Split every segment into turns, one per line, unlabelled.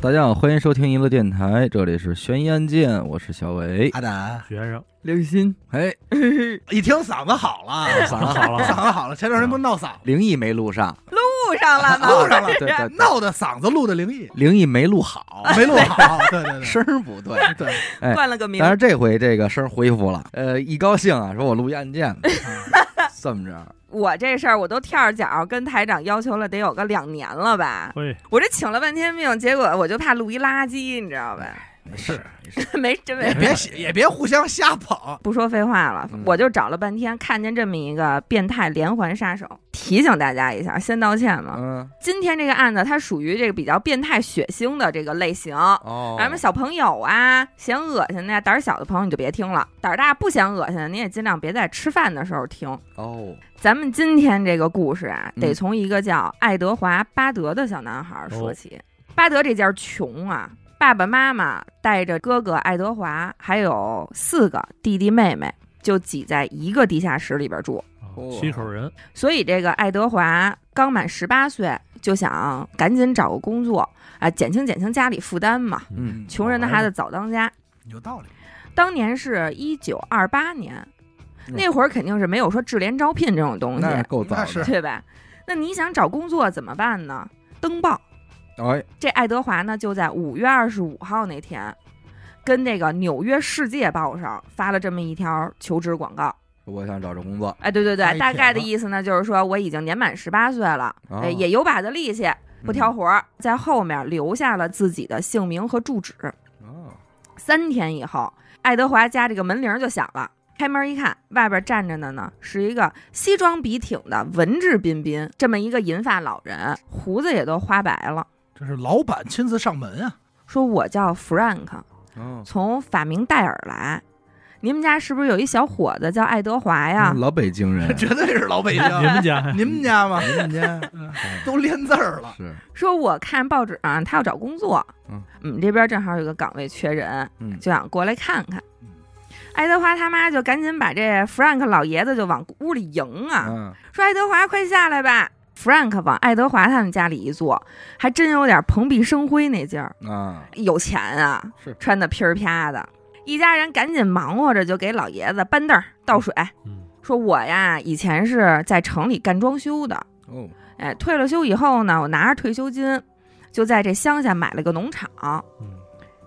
大家好，欢迎收听娱乐电台，这里是悬疑案件，我是小伟。
阿达，
学生，
刘鑫， 哎，
一听嗓子好 了，
嗓子好了
嗓子好了。前段时间不是闹嗓
灵异没录上，
录上了吗？
录上了，
啊对对对，
闹的嗓子录的灵异，
灵异没录好，
没录好。 对对对，
声儿不 对。
对，
哎
冠了个名
但，是这回这个声儿恢复了， 呃，一高兴啊，说我录一案件呢， 这么着，
我这事儿我都跳着脚跟台长要求了，得有个两年了吧。
嘿，
我这请了半天命，结果我就怕录一垃圾，你知道吧？
哎没事儿，没事儿，
没真没
也哎别也别互相瞎捧。
不说废话了
嗯，
我就找了半天，看见这么一个变态连环杀手。提醒大家一下，先道歉了。
嗯，
今天这个案子它属于这个比较变态血腥的这个类型。
哦，
咱们小朋友啊，嫌恶心的呀，胆儿小的朋友你就别听了；胆儿大不嫌恶心的，你也尽量别在吃饭的时候听。
哦，
咱们今天这个故事啊，
嗯
得从一个叫爱德华·巴德的小男孩
哦
说起。巴德这家穷啊，爸爸妈妈带着哥哥爱德华，还有四个弟弟妹妹，就挤在一个地下室里边住。
啊
哦
七口人，
所以这个爱德华刚满十八岁，就想赶紧找个工作啊，减轻减轻家里负担嘛。
嗯，
穷人的孩子早当家。
有道理，
当年是一九二八年，
嗯
那会儿肯定是没有说智联招聘这种东西，
那够早
那
的，
是
对吧？那你想找工作怎么办呢？登报。
哎，
这爱德华呢，就在五月二十五号那天，跟这个《纽约世界报》上发了这么一条求职广告。
我想找这工作，
哎，对对
发
对，
一
大
帖
概的
子
意思呢，就是说我已经年满十八岁了，
哦嗯
哎，也有把子力气，不挑活儿，在后面留下了自己的姓名和住址。
哦，
三天以后，爱德华家这个门铃就响了。开门一看，外边站着的呢是一个西装笔挺的文质彬彬这么一个银发老人，胡子也都花白了。
这是老板亲自上门啊。，
说我叫 Frank，
哦，
从法明戴尔来。你们家是不是有一小伙子叫爱德华哎呀？
老北京人
绝对是老北京。
你们家
你们家吗？嗯
你们家
都连字儿了，
是，
说我看报纸上、他要找工作，
嗯，
我们这边正好有个岗位缺人，
嗯，
就想过来看看
嗯。
爱德华他妈就赶紧把这 Frank 老爷子就往屋里迎啊，
嗯，
说：“爱德华，快下来吧。” Frank 往爱德华他们家里一坐，还真有点蓬荜生辉那劲儿。
啊，
有钱啊，
是
穿的噼儿啪的。一家人赶紧忙活着就给老爷子搬凳儿、倒水，
嗯，
说：“我呀，以前是在城里干装修的，
哦，
哎，退了休以后呢，我拿着退休金，就在这乡下买了个农场。
嗯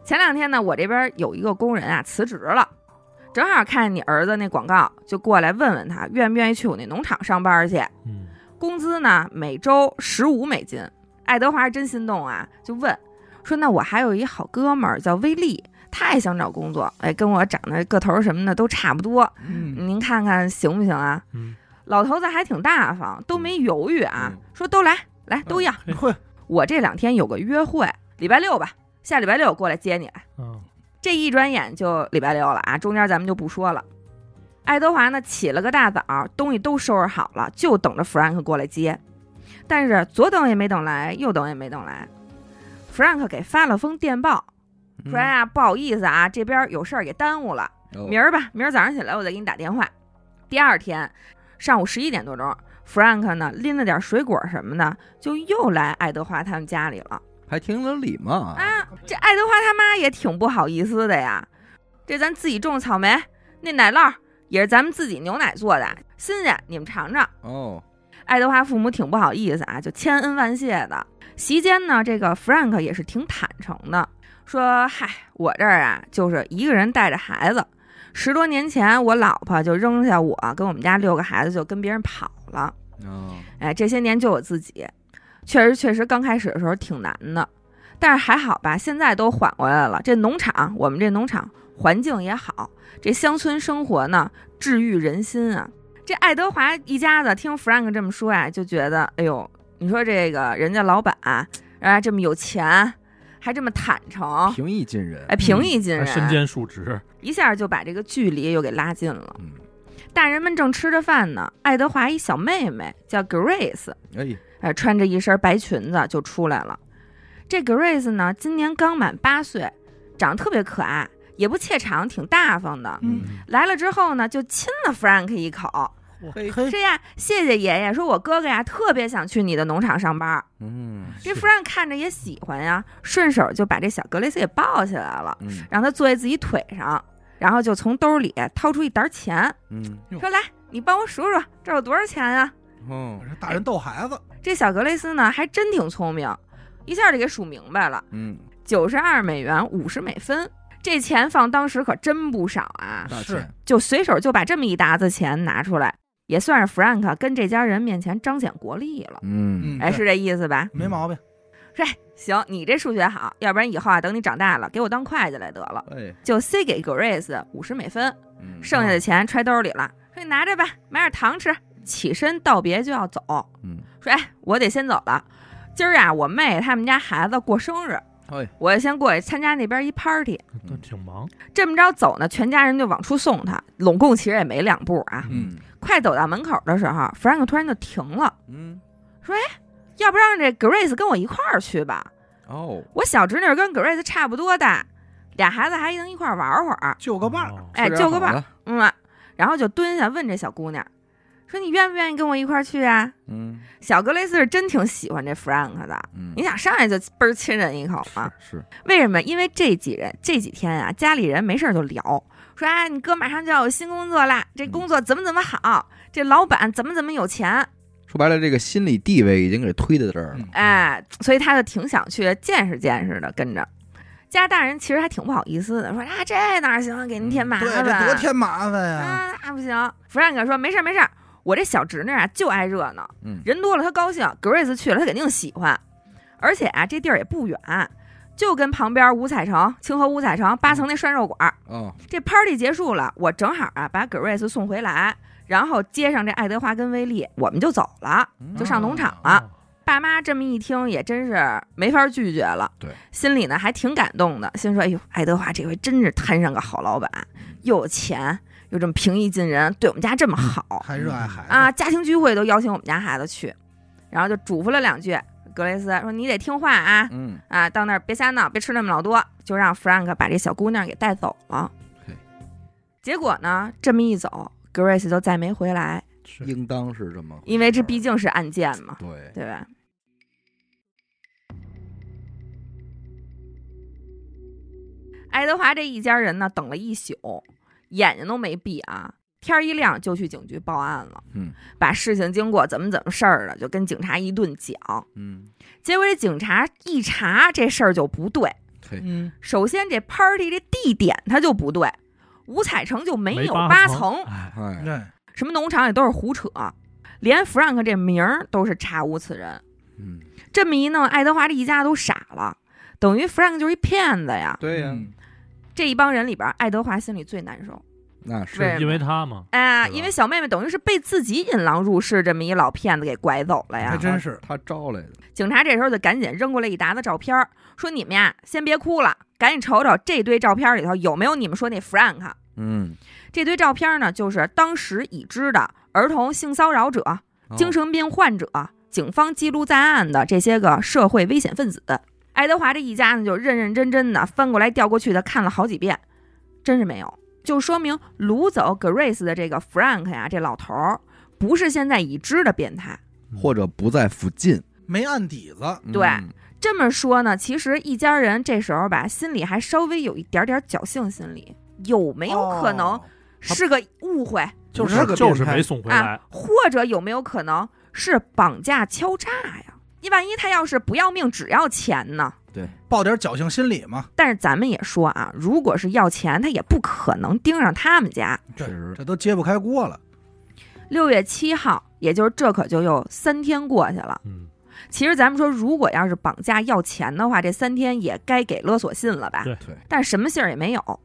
前两天呢，我这边有一个工人啊辞职了，正好看你儿子那广告，就过来问问他愿不愿意去我那农场上班去。
嗯，
工资呢每周十五美金。爱德华是真心动啊，就问说：“那我还有一好哥们儿叫威利，他也想找工作，哎，跟我长得个头儿什么的都差不多，
嗯，
您看看行不行啊
嗯？”
老头子还挺大方，都没犹豫啊
嗯，
说都来，来都要。
会
我这两天有个约会，礼拜六吧，下礼拜六过来接你来。
啊，
这一转眼就礼拜六了啊，中间咱们就不说了。爱德华呢起了个大早，东西都收拾好了，就等着弗兰克过来接。但是左等也没等来，右等也没等来。弗兰克给发了封电报，说哎呀、不好意思啊，这边有事儿给耽误了，
嗯哦
明儿吧，明儿早上起来我再给你打电话。第二天上午十一点多钟，弗兰克呢拎了点水果什么的，就又来爱德华他们家里了。
哦还挺有礼貌啊，
啊，这爱德华他妈也挺不好意思的呀。这咱自己种草莓，那奶酪也是咱们自己牛奶做的，新鲜，你们尝尝。
哦，
爱德华父母挺不好意思啊，就千恩万谢的。席间呢，这个 Frank 也是挺坦诚的，说：“嗨，我这儿啊，就是一个人带着孩子。十多年前，我老婆就扔下我跟我们家六个孩子，就跟别人跑了。
哦，
哎，这些年就我自己，确实确实刚开始的时候挺难的，但是还好吧，现在都缓过来了。这农场，我们这农场环境也好，这乡村生活呢，治愈人心啊。这爱德华一家子听 Frank 这么说呀、就觉得，哎呦，你说这个人家老板啊，啊这么有钱，还这么坦诚，
平嗯易近人，
哎，平易近
还啊
人，
身兼数职，
一下就把这个距离又给拉近了。
嗯
大人们正吃着饭呢，爱德华一小妹妹叫 Grace，
哎，
哎，穿着一身白裙子就出来了。这 Grace 呢，今年刚满八岁，长得特别可爱，也不怯场，挺大方的。
嗯
嗯
来了之后呢，就亲了 Frank 一口，
嘿，
这样，谢谢爷爷，说我哥哥呀特别想去你的农场上班儿，
嗯
这 Frank 看着也喜欢呀，顺手就把这小格雷斯给抱起来了，
嗯
让他坐在自己腿上，然后就从兜里掏出一沓钱，
嗯
说来，你帮我数数这有多少钱啊？
哦
这大人逗孩子，
这小格雷斯呢还真挺聪明，一下就给数明白了，
嗯，
九十二美元五十美分。这钱放当时可真不少啊！
大
是
钱
就随手就把这么一沓子钱拿出来，也算是 Frank 跟这家人面前彰显国力了。
嗯
嗯
哎，
对
是这意思吧？哎
没毛病。
行，你这数学好，要不然以后啊，等你长大了，给我当会计来得了。
哎
就塞给 Grace 五十美分，
嗯
剩
哦
下的钱揣兜里了，说你拿着吧，买点糖吃。起身道别就要走，
嗯
说哎，我得先走了。今儿啊，我妹他们家孩子过生日，
哎
我就先过去参加那边一 party。
都
挺忙，
这么着走呢，全家人就往出送他，拢共其实也没两步啊。
嗯
快走到门口的时候，Frank 突然就停了，
嗯
要不让这 Grace 跟我一块儿去吧？
哦
我小侄女跟 Grace 差不多大，俩孩子还能一块儿玩会儿，
就个伴
哦
儿，
哎，
吃点
就个
好
伴儿。
的
嗯啊，然后就蹲下问这小姑娘，说你愿不愿意跟我一块儿去啊？
嗯
小格雷斯是真挺喜欢这 Frank 的，
嗯
你想上来就倍儿亲人一口啊嘛？
是
为什么？因为这几人这几天啊，家里人没事儿就聊，说啊，你哥马上就要有新工作啦，
嗯
这工作怎么怎么好，这老板怎么怎么有钱，
说白了，这个心理地位已经给推到这儿了
嗯，
哎，所以他就挺想去见识见识的，跟着。家大人其实还挺不好意思的，说啊，这哪行啊，给您添麻
嗯对，
烦，
这多添麻烦嗯呀！
啊，那不行。弗兰克说没事儿没事儿，我这小侄女啊就爱热闹，
嗯
人多了她高兴，Grace 去了她肯定喜欢，而且啊这地儿也不远，就跟旁边五彩城清河五彩城八层那涮肉馆儿。
哦
这 party 结束了，我正好啊把 Grace 送回来，然后接上这爱德华跟威利，我们就走了。
嗯
就上农场了
啊，
哦
爸妈这么一听，也真是没法拒绝了。
对，
心里呢还挺感动的，心说：“哎呦，爱德华这回真是摊上个好老板，又有钱，又这么平易近人，对我们家这么好
还热爱孩子
嗯
啊！家庭聚会都邀请我们家孩子去，然后就嘱咐了两句。格雷斯说：‘你得听话啊，
嗯
啊，到那儿别瞎闹，别吃那么老多。’就让 Frank 把这小姑娘给带走了
嘿。
结果呢，这么一走，Grace 就再没回来，
是
应当是这么回事儿，
因为这毕竟是案件嘛。
对
对吧？爱德华这一家人呢，等了一宿，眼睛都没闭啊。天儿一亮就去警局报案了，
嗯，
把事情经过怎么怎么事儿的，就跟警察一顿讲。
嗯
结果这警察一查，这事儿就不对。
嘿
嗯，
首先，这 party 这地点它就不对，五彩城就没有八层，
哎，
哎
对，
什么农场也都是胡扯，连 Frank 这名儿都是查无此人。
嗯
这么一弄，爱德华这一家都傻了，等于 Frank 就是一骗子呀。
对呀
嗯
这一帮人里边，爱德华心里最难受。
那是
为什么
因为他嘛，
哎，
对吧
因为小妹妹等于是被自己引狼入室，这么一老骗子给拐走了
还
呀。
真是
他招来的，
警察这时候就赶紧扔过来一沓子照片儿，说：“你们呀，先别哭了，赶紧瞅瞅这堆照片里头有没有你们说那 Frank。啊
嗯，”
这堆照片呢，就是当时已知的儿童性骚扰者、
哦
精神病患者、警方记录在案的这些个社会危险分子。爱德华这一家呢，就认认真真的翻过来调过去的看了好几遍，真是没有，就说明掳走 Grace 的这个 Frank 呀，这老头儿不是现在已知的变态。
或者不在附近，
没案底子，
对
嗯
这么说呢，其实一家人这时候吧，心里还稍微有一点点侥幸心理，有没有可能
哦
是个误会、
就
不
是
是
个
就是
变态
没送回来
啊，，或者有没有可能是绑架敲诈呀？你万一他要是不要命只要钱呢？
抱点侥幸心理嘛？
但是咱们也说啊，如果是要钱，他也不可能盯上他们家。
对
确实
这都揭不开锅了。
六月七号，也就是这可就又三天过去了。
嗯，
其实咱们说，如果要是绑架要钱的话，这三天也该给勒索信了吧？
对
对
但什么信儿也没有。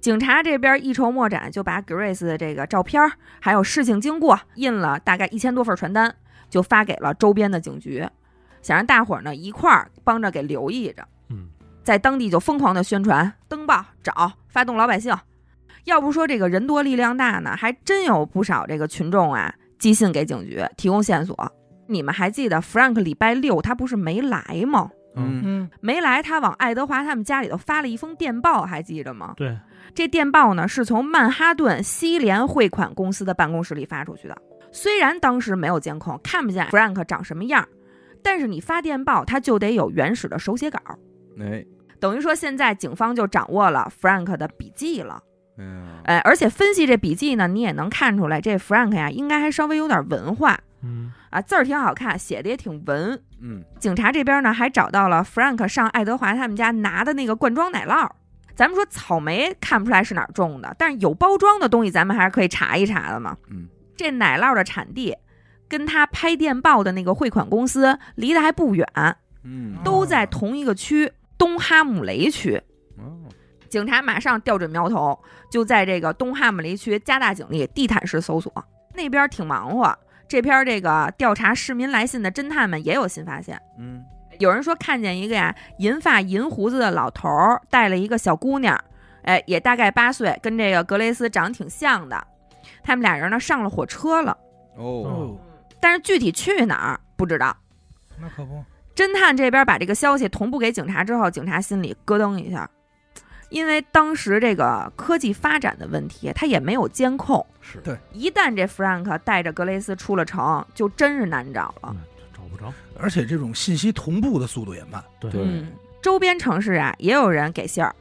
警察这边一筹莫展，就把 Grace 的这个照片儿还有事情经过印了大概一千多份传单，就发给了周边的警局，想让大伙儿呢一块儿帮着给留意着。
嗯，
在当地就疯狂的宣传、登报、找、发动老百姓。要不说这个人多力量大呢，还真有不少这个群众啊寄信给警局提供线索。你们还记得 Frank 礼拜六他不是没来吗？
嗯，
嗯
没来，他往爱德华他们家里头发了一封电报，还记着吗？
对，
这电报呢是从曼哈顿西联汇款公司的办公室里发出去的。虽然当时没有监控，看不见 Frank 长什么样，但是你发电报，他就得有原始的手写稿。
哎，
等于说，现在警方就掌握了 Frank 的笔记了。
嗯，
哎，而且分析这笔记呢，你也能看出来，这 Frank 呀，应该还稍微有点文化
嗯
啊，字儿挺好看，写的也挺文。
嗯，
警察这边呢还找到了 Frank 上爱德华他们家拿的那个罐装奶酪。咱们说草莓看不出来是哪儿种的，但是有包装的东西咱们还是可以查一查的嘛。
嗯，
这奶酪的产地跟他拍电报的那个汇款公司离得还不远，
嗯，
都在同一个区——东哈姆雷区。
哦，
警察马上调准苗头，就在这个东汉姆雷区加大警力，地毯式搜索。那边挺忙活，这边这个调查市民来信的侦探们也有新发现。
嗯，
有人说看见一个呀银发银胡子的老头儿带了一个小姑娘，哎，也大概八岁，跟这个格雷斯长得挺像的。他们俩人呢上了火车了，
哦，
哦，
但是具体去哪儿不知道。
那可不，
侦探这边把这个消息同步给警察之后，警察心里咯噔一下，因为当时这个科技发展的问题，他也没有监控。
是
对
一旦这 Frank 带着格雷斯出了城，就真是难找了。
嗯找不着，
而且这种信息同步的速度也慢，
对，
对
嗯，周边城市啊，也有人给信儿，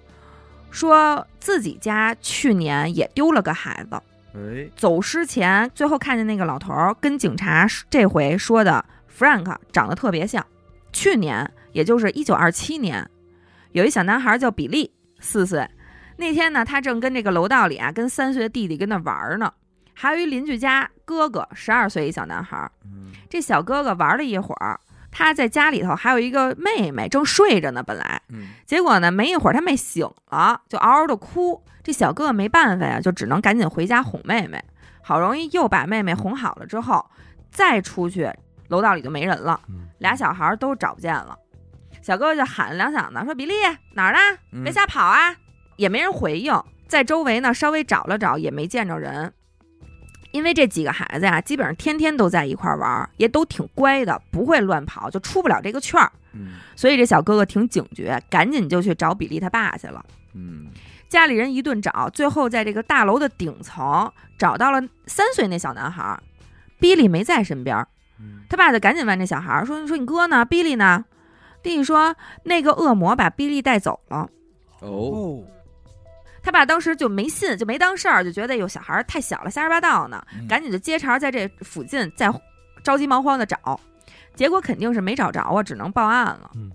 说自己家去年也丢了个孩子，
哎，
走失前最后看见那个老头儿跟警察这回说的 Frank 长得特别像。去年，也就是一九二七年，有一小男孩叫比利，四岁。那天呢，他正跟这个楼道里啊，跟三岁的弟弟跟那玩儿呢，还有一邻居家哥哥，十二岁一小男孩儿。
嗯，
这小哥哥玩了一会儿，他在家里头还有一个妹妹正睡着呢，本来
嗯，
结果呢，没一会儿他妹醒了，就嗷嗷的哭。这小哥哥没办法呀，就只能赶紧回家哄妹妹。好容易又把妹妹哄好了之后，再出去楼道里就没人了，
嗯，
俩小孩都找不见了。小哥哥就喊了两嗓子，说：“比利哪儿呢？
嗯
别，瞎跑啊！”也没人回应，在周围呢稍微找了找，也没见着人。因为这几个孩子呀、基本上天天都在一块儿玩儿，也都挺乖的，不会乱跑，就出不了这个圈儿。
嗯，
所以这小哥哥挺警觉，赶紧就去找比利他爸去了。
嗯，
家里人一顿找，最后在这个大楼的顶层找到了三岁那小男孩儿。比利没在身边儿，
嗯，
他爸就赶紧问这小孩儿说：“你说你哥呢？比利呢？”弟弟说：“那个恶魔把比利带走了。
哦，”
他爸当时就没信，就没当事儿，就觉得有小孩儿太小了，瞎说八道呢，
嗯
赶紧就接茬儿在这附近再着急忙慌的找，结果肯定是没找着啊，只能报案了。
嗯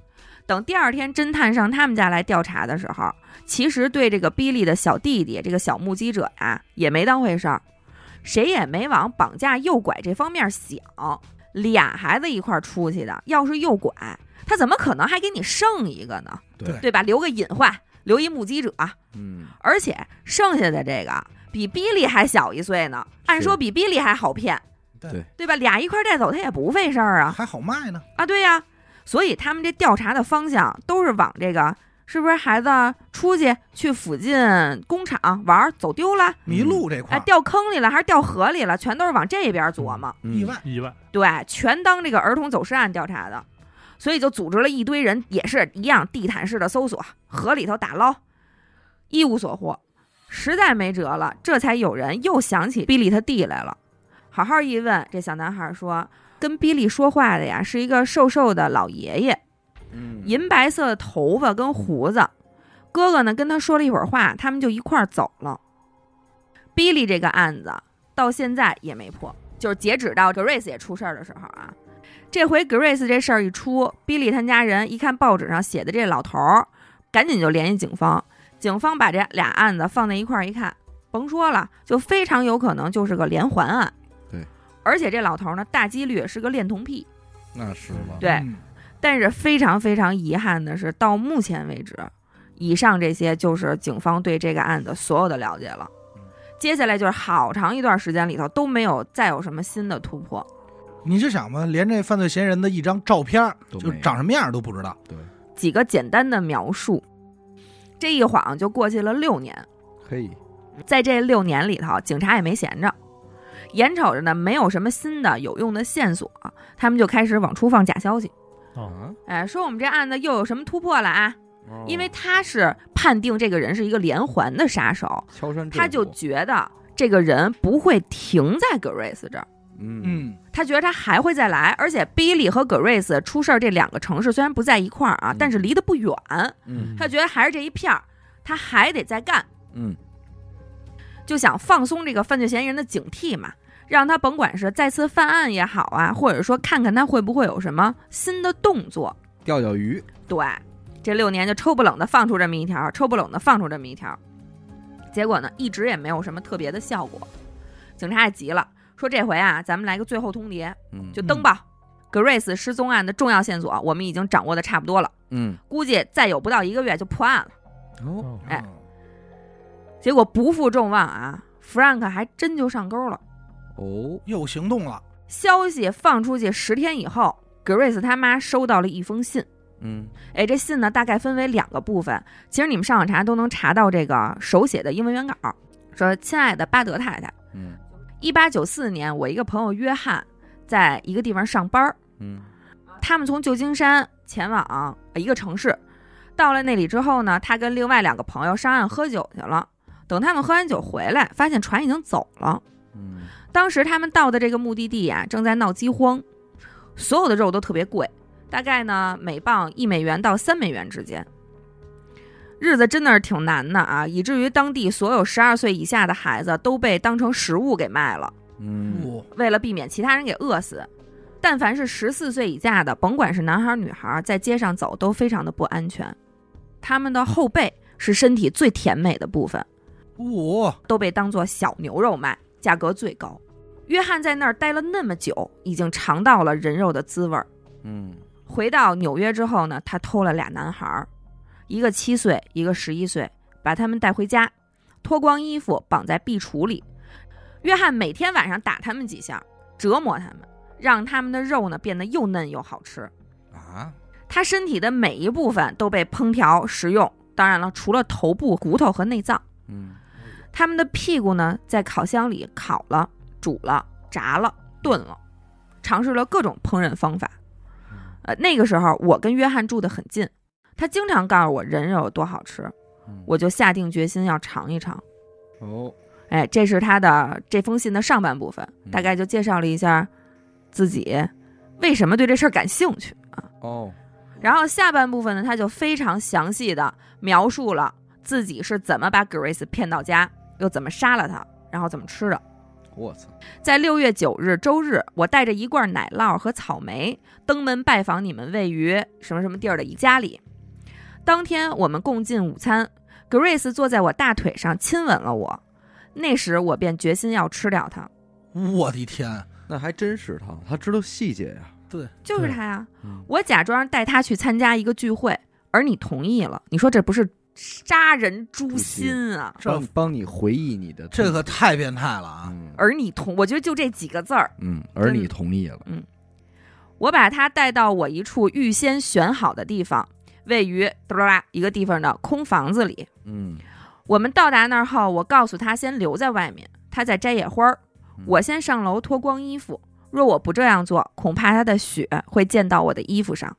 等第二天侦探上他们家来调查的时候，其实对这个比利的小弟弟这个小目击者啊也没当回事儿，谁也没往绑架诱拐这方面想。俩孩子一块儿出去的，要是诱拐，他怎么可能还给你剩一个呢？
对
对吧？留个隐患，留一目击者，啊
嗯，
而且剩下的这个比比利还小一岁呢，按说比比利还好骗，
对
对
对吧？俩一块儿带走他也不费事儿啊。
还好卖呢，
啊，对呀、所以他们这调查的方向都是往这个是不是孩子出去去附近工厂玩儿走丢了，
迷
嗯
路这块儿
哎，掉坑里了还是掉河里了，全都是往这边琢磨，
嗯
意，外，
意外，
对，全当这个儿童走失案调查的，所以就组织了一堆人，也是一样地毯式的搜索，河里头打捞，一无所获，实在没辙了，这才有人又想起比利他弟来了，好好一问，这小男孩说，跟比利说话的呀是一个瘦瘦的老爷爷，
嗯，
银白色的头发跟胡子。哥哥呢跟他说了一会儿话，他们就一块儿走了。比利这个案子到现在也没破，就是截止到 Grace 也出事儿的时候啊。这回 Grace 这事儿一出，比利他家人一看报纸上写的这老头儿，赶紧就联系警方。警方把这俩案子放在一块儿一看，甭说了，就非常有可能就是个连环案。
对，
而且这老头儿呢，大几率是个恋童癖。
那是了，
对
嗯
但是非常非常遗憾的是，到目前为止，以上这些就是警方对这个案子所有的了解了
嗯。
接下来就是好长一段时间里头都没有再有什么新的突破。
你就想吧，连这犯罪嫌疑人的一张照片儿，
都
就
没有
长什么样儿都不知道，
对，
几个简单的描述，这一晃就过去了六年。
嘿，
在这六年里头，警察也没闲着，眼瞅着呢没有什么新的有用的线索，他们就开始往出放假消息，
哦，
啊，
哎，说我们这案子又有什么突破了啊？
哦
因为他是判定这个人是一个连环的杀手，
敲山震
他就
虎
觉得这个人不会停在格瑞斯这儿。
嗯
嗯，
他觉得他还会再来，而且 Billy 和 Grace 出事儿这两个城市虽然不在一块儿啊
嗯，
但是离得不远，
嗯
他觉得还是这一片儿，他还得再干，
嗯
就想放松这个犯罪嫌疑人的警惕嘛，让他甭管是再次犯案也好啊，或者说看看他会不会有什么新的动作。
钓钓鱼，
对，这六年就抽不冷的放出这么一条，抽不冷的放出这么一条，结果呢，一直也没有什么特别的效果，警察也急了，说这回啊，咱们来个最后通牒，
嗯
就登报。Grace 失踪案的重要线索，我们已经掌握的差不多了，
嗯
估计再有不到一个月就破案了。
哦
哦
哎，结果不负众望啊，Frank 还真就上钩了。
哦
又行动了，
消息放出去十天以后，Grace 他妈收到了一封信。
嗯
哎，这信呢大概分为两个部分，其实你们上网查都能查到这个手写的英文原稿。说，亲爱的巴德太太，
嗯
一八九四年，我一个朋友约翰在一个地方上班儿，
嗯
他们从旧金山前往呃一个城市，到了那里之后呢，他跟另外两个朋友上岸喝酒去了。等他们喝完酒回来，发现船已经走了。
嗯
当时他们到的这个目的地啊，正在闹饥荒，所有的肉都特别贵，大概呢每磅一美元到三美元之间。日子真的是挺难的啊，以至于当地所有十二岁以下的孩子都被当成食物给卖了。
嗯
哦
为了避免其他人给饿死，但凡是十四岁以下的，甭管是男孩儿女孩儿，在街上走都非常的不安全。他们的后背是身体最甜美的部分，
哦，
都被当做小牛肉卖，价格最高。约翰在那儿待了那么久，已经尝到了人肉的滋味儿。
嗯
回到纽约之后呢，他偷了俩男孩儿，一个七岁，一个十一岁，把他们带回家，脱光衣服绑在壁橱里。约翰每天晚上打他们几下，折磨他们，让他们的肉呢变得又嫩又好吃。
啊
他身体的每一部分都被烹调食用，当然了，除了头部、骨头和内脏。
嗯
他们的屁股呢，在烤箱里烤了、煮了、炸了、炖了，尝试了各种烹饪方法。呃，那个时候我跟约翰住得很近，他经常告诉我人肉有多好吃，
嗯
我就下定决心要尝一尝。
哦
哎，这是他的这封信的上半部分，大概就介绍了一下自己为什么对这事儿感兴趣。
哦
然后下半部分呢，他就非常详细的描述了自己是怎么把 Grace 骗到家，又怎么杀了她，然后怎么吃的。
我操
在六月九日周日，我带着一罐奶酪和草莓登门拜访你们位于什么什么地儿的一家里。当天我们共进午餐，Grace 坐在我大腿上亲吻了我，那时我便决心要吃掉她。
我的天，
那还真是他，他知道细节呀
就是她呀！
嗯
我假装带她去参加一个聚会，而你同意了。你说这不是杀人诛心啊？
这
帮帮你回忆你的
这
痛
可太变态了啊！
嗯
而你同，我觉得就这几个字儿，
嗯，而你同意了，
我把他带到我一处预先选好的地方，位于嘟啦啦一个地方的空房子里。
嗯
我们到达那儿后，我告诉他先留在外面，他在摘野花儿
嗯。
我先上楼脱光衣服，若我不这样做，恐怕他的血会溅到我的衣服上。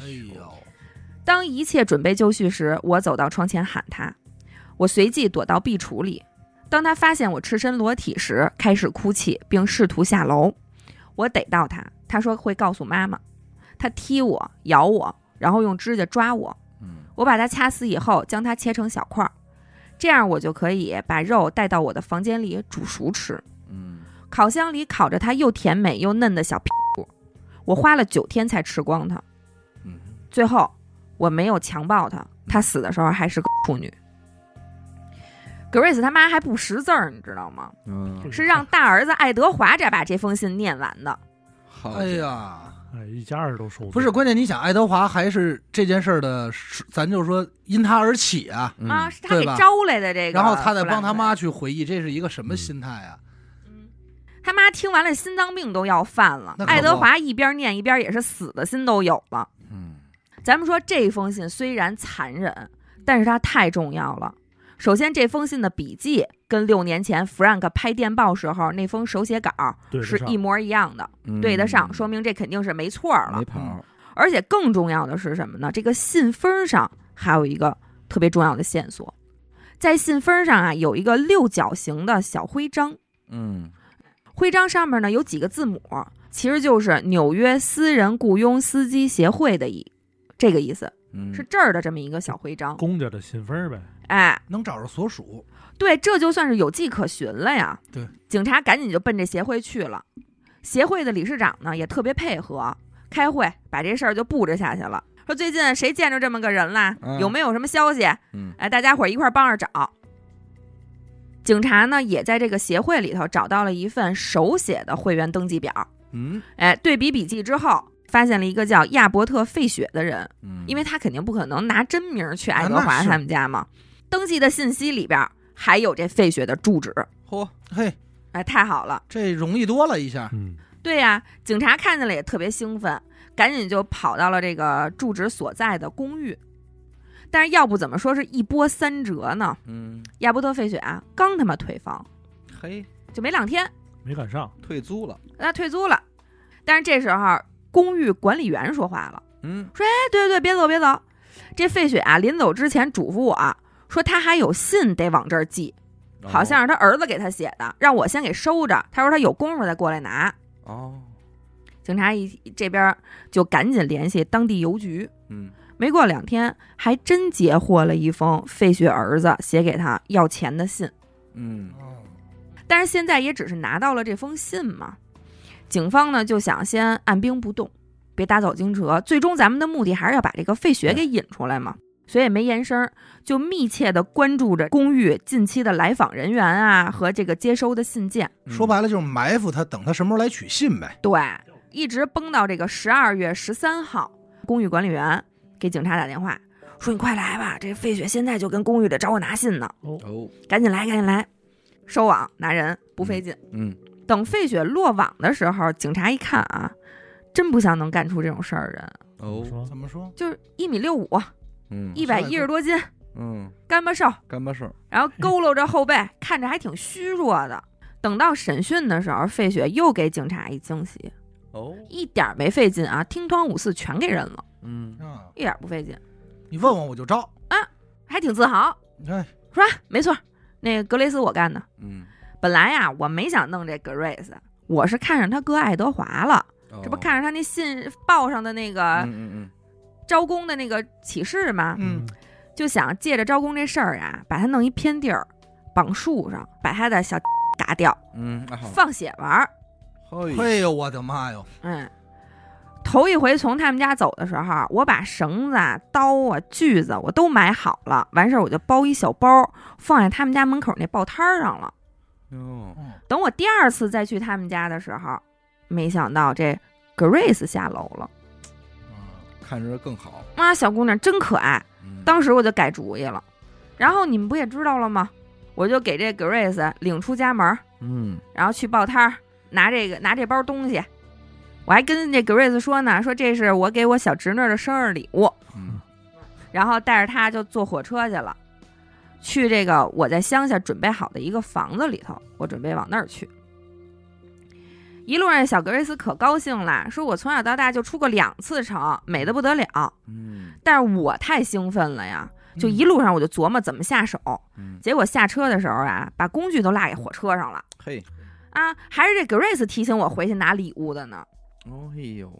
哎呦，
当一切准备就绪时，我走到窗前喊他，我随即躲到壁橱里。当他发现我赤身裸体时，开始哭泣，并试图下楼。我逮到他，他说会告诉妈妈。他踢我、咬我，然后用指甲抓我。
嗯
我把它掐死以后，将它切成小块儿，这样我就可以把肉带到我的房间里煮熟吃。
嗯
烤箱里烤着它又甜美又嫩的小屁股，我花了九天才吃光它。
嗯
最后我没有强暴她，她死的时候还是个处女。Grace 他妈还不识字儿，你知道吗？
嗯，
是让大儿子爱德华这把这封信念完的。
好
哎呀，
哎，一家人都受罪
不是，关键，你想，爱德华还是这件事儿的始，咱就说因他而起啊，
啊，
嗯
是他给
对吧
招来的这个。
然后他再帮他妈，去回忆，这是一个什
嗯
么心态啊？
他妈听完了心脏病都要犯了
那。可不
爱德华一边念一边也是死的心都有了。
嗯
咱们说这封信虽然残忍，但是它太重要了。首先，这封信的笔记跟六年前 Frank 拍电报时候那封手写稿
对得
是
上
一模一样的，
嗯
对得上，说明这肯定是没错儿了
没。跑，
而且更重要的是什么呢？这个信封上还有一个特别重要的线索，在信封上啊有一个六角形的小徽章，
嗯
徽章上面呢有几个字母，其实就是纽约私人雇佣司机协会的意，这个意思
嗯，
是这儿的这么一个小徽章。
公家的信封儿呗，
哎，
能找着所属，
对，这就算是有迹可循了呀。
对，
警察赶紧就奔这协会去了。协会的理事长呢也特别配合，开会把这事儿就布置下去了。说最近谁见着这么个人啦？
嗯
有没有什么消息？
嗯
哎，大家伙儿一块儿帮着找。警察呢也在这个协会里头找到了一份手写的会员登记表。
嗯
哎，对比笔记之后，发现了一个叫亚伯特·费雪的人，
嗯，
因为他肯定不可能拿真名儿去爱
啊
德
那
华
是
他们家嘛。登记的信息里边儿还有这费雪的住址，
嚯，
嘿，
哎，太好了！
这容易多了一下。
嗯，
对呀、警察看见了也特别兴奋，赶紧就跑到了这个住址所在的公寓。但是要不怎么说是一波三折呢？
嗯
亚伯特·费雪啊，刚他妈退房
嘿，
就没两天，
没赶上，
退租了，
那退租了。但是这时候公寓管理员说话了。哎
嗯
对对，别走别走。这费雪啊，临走之前嘱咐我啊说，他还有信得往这儿寄，
哦
好像是他儿子给他写的，让我先给收着。他说他有功夫再过来拿。
哦，
警察一这边就赶紧联系当地邮局。
嗯
没过两天，还真截获了一封费雪儿子写给他要钱的信，
嗯
哦，
但是现在也只是拿到了这封信嘛。警方呢就想先按兵不动，别打草惊蛇，最终咱们的目的还是要把这个费雪给引出来嘛。所以也没言声儿，就密切的关注着公寓近期的来访人员啊和这个接收的信件。
嗯
说白了就是埋伏他，等他什么时候来取信呗。
对，一直绷到这个十二月十三号，公寓管理员给警察打电话说：“你快来吧，这费雪现在就跟公寓里找我拿信呢，
哦，
赶紧来，赶紧来，收网拿人不费劲。
嗯
等费雪落网的时候，警察一看啊，真不像能干出这种事儿的人，
是
哦，
吗
怎么说？
就是一米六五，
嗯
一百一十多斤，
嗯，
干巴瘦，
干巴事儿，
然后佝偻着后背，看着还挺虚弱的。等到审讯的时候，费雪又给警察一惊喜，
哦，
一点儿没费劲啊，听团五四全给人了，
嗯
啊，
一点儿不费劲，
你问我我就招。
还挺自豪，
你看，
说啊没错，那个格雷斯我干的。
嗯，
本来呀、我没想弄这格瑞斯，我是看上他哥爱德华了，这不
哦
看上他那信报上的那个
嗯嗯
招工的那个启示嘛，
嗯，
就想借着招工这事儿啊，把他弄一偏地儿，绑树上，把他的小 嘎掉，
嗯嗯，啊好，
放血玩儿。
嘿，
哎呦我的妈哟，
嗯，头一回从他们家走的时候，我把绳子啊、刀啊、锯子我都买好了，完事儿我就包一小包，放在他们家门口那报摊儿上了。
哟，
嗯
等我第二次再去他们家的时候，没想到这 Grace 下楼了。
啊
看着更好，
妈，小姑娘真可爱，
嗯
当时我就改主意了。然后你们不也知道了吗？我就给这 Grace 领出家门儿，
嗯
然后去报摊儿拿这个拿这包东西。我还跟这 Grace 说呢，说这是我给我小侄女的生日礼物，
嗯
然后带着她就坐火车去了，去这个我在乡下准备好的一个房子里头，我准备往那儿去。一路上，小格瑞斯可高兴了，说我从小到大就出过两次城，美得不得了。
嗯
但是我太兴奋了呀，就一路上我就琢磨怎么下手。
嗯，
结果下车的时候啊，把工具都落给火车上了。
嘿，
啊，还是这 Grace 提醒我回去拿礼物的呢。
哦嘿呦，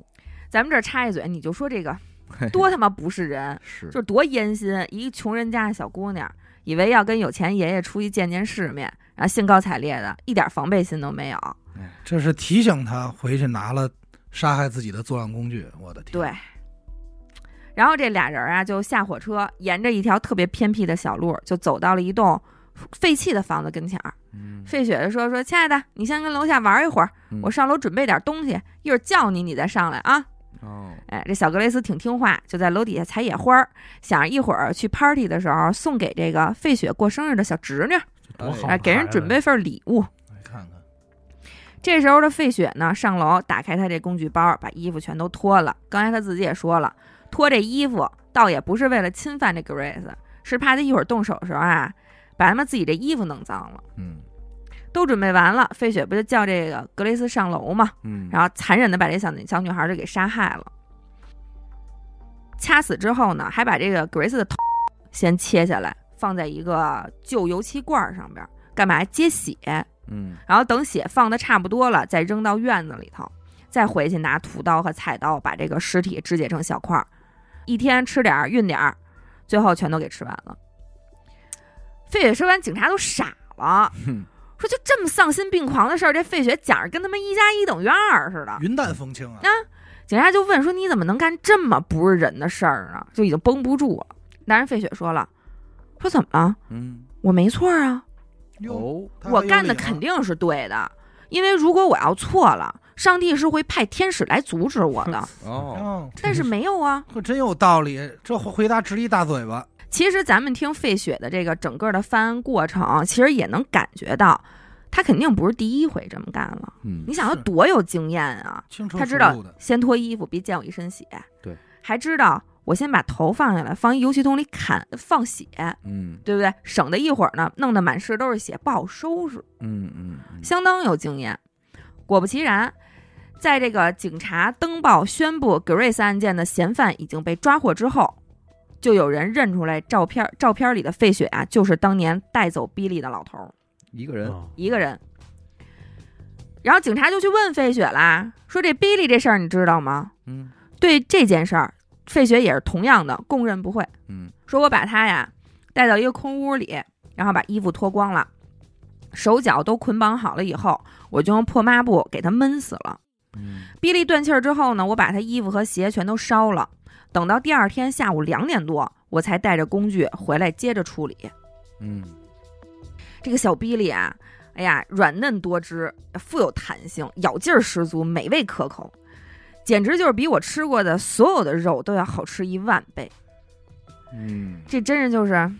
咱们这儿插一嘴，你就说这个
嘿，
多他妈不是人
是
就是多烟心！一个穷人家的小姑娘，以为要跟有钱爷爷出去见见世面，然后兴高采烈的，一点防备心都没有。
这是提醒他回去拿了杀害自己的作案工具。我的天，
对，。然后这俩人啊，就下火车，沿着一条特别偏僻的小路，就走到了一栋废弃的房子跟前儿。
嗯，
费雪就说：“说亲爱的，你先跟楼下玩一会儿，
嗯
我上楼准备点东西，一会儿叫你，你再上来啊。”
哦，
哎，这小格雷斯挺听话，就在楼底下采野花儿，想一会儿去 party 的时候送给这个费雪过生日的小侄女，
这多好
哎
哎，
的
给人
孩
准
子
备份儿礼物。
来看看，
这时候的费雪呢，上楼打开他这工具包，把衣服全都脱了。刚才他自己也说了，脱这衣服倒也不是为了侵犯这 Grace，是怕他一会儿动手的时候啊，把他们自己这衣服弄脏了。
嗯
都准备完了，费雪不就叫这个格雷斯上楼吗？
嗯，
然后残忍的把这小女小女孩就给杀害了。掐死之后呢，还把这个 Grace 的头先切下来，放在一个旧油漆罐儿上边儿，干嘛接血？
嗯
然后等血放的差不多了，再扔到院子里头，再回去拿屠刀和菜刀把这个尸体肢解成小块儿，一天吃点儿运点儿，最后全都给吃完了。费雪吃完，警察都傻了，
哼
说就这么丧心病狂的事儿，这费雪讲着跟他们一加一等于二似的。
云淡风轻啊
那，警察就问说你怎么能干这么不是人的事儿呢？就已经绷不住了。男人费雪说了，说怎么了？
嗯，
我没错啊，
哟，
哦，
他
我
很有
干的
理啊
肯定是对的，因为如果我要错了，上帝是会派天使来阻止我 的。
哦，
嗯，
但是没有啊。
呵，真有道理，这回答直一大嘴巴。
其实咱们听费雪的这个整个的翻案过程，啊其实也能感觉到，他肯定不是第一回这么干了。
嗯
你想他
是
多有经验啊！
清楚
他知
楚
道
楚的，
先脱衣服，别溅我一身血。
对，
还知道我先把头放下来，放一油漆桶里砍放血，
嗯
对不对？省得一会儿呢，弄得满室都是血，不好收拾。
嗯嗯嗯，
相当有经验。果不其然，在这个警察登报宣布 Grace 案件的嫌犯已经被抓获之后，就有人认出来照片，照片里的费雪啊，就是当年带走比利的老头儿，
一个人，
啊
一个人。然后警察就去问费雪啦，说这比利这事儿你知道吗？
嗯
对这件事儿，费雪也是同样的供认不讳。
嗯
说我把他呀带到一个空屋里，然后把衣服脱光了，手脚都捆绑好了以后，我就用破抹布给他闷死了。
嗯
比利断气儿之后呢，我把他衣服和鞋全都烧了。等到第二天下午两点多，我才带着工具回来接着处理。
嗯，
这个小比利啊，哎呀，软嫩多汁，富有弹性，咬劲儿十足，美味可口，简直就是比我吃过的所有的肉都要好吃一万倍。
嗯，
这真是就是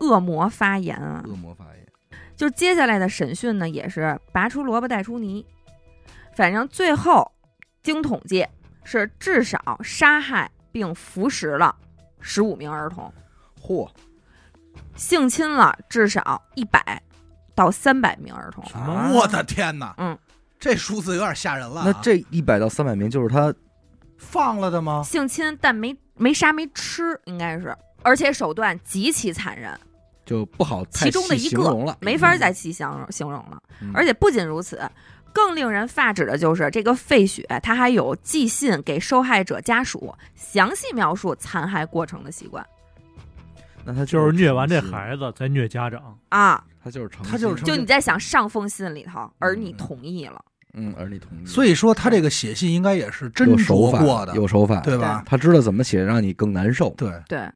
恶魔发言啊！
恶魔法眼，
就接下来的审讯呢，也是拔出萝卜带出泥，反正最后经统计是至少杀害并服食了十五名儿童，
嚯，
性侵了至少一百到三百名儿童。
什么
我的天哪！
啊嗯，
这数字有点吓人了啊、
那这一百到三百名就是他，
放了的
哦
吗？
性侵但没没杀没吃，应该是，而且手段极其残忍，
就不好太
其中的
细
一
形容
个
了，
没法再细形容形容了。
嗯，
而且不仅如此，更令人发指的就是这个费雪，他还有寄信给受害者家属，详细描述残害过程的习惯
那他
就是虐完这
子，
孩子，再虐家长，
啊。
他就是诚心，
他就是
就
诚
你在想上封信里头，而你
嗯
同意了，
嗯，而你同意，
所以说他这个写信应该也是斟
有手
酌
法
过的，
有手法，
对吧？
他知道怎么写让你更难受，
对，
对。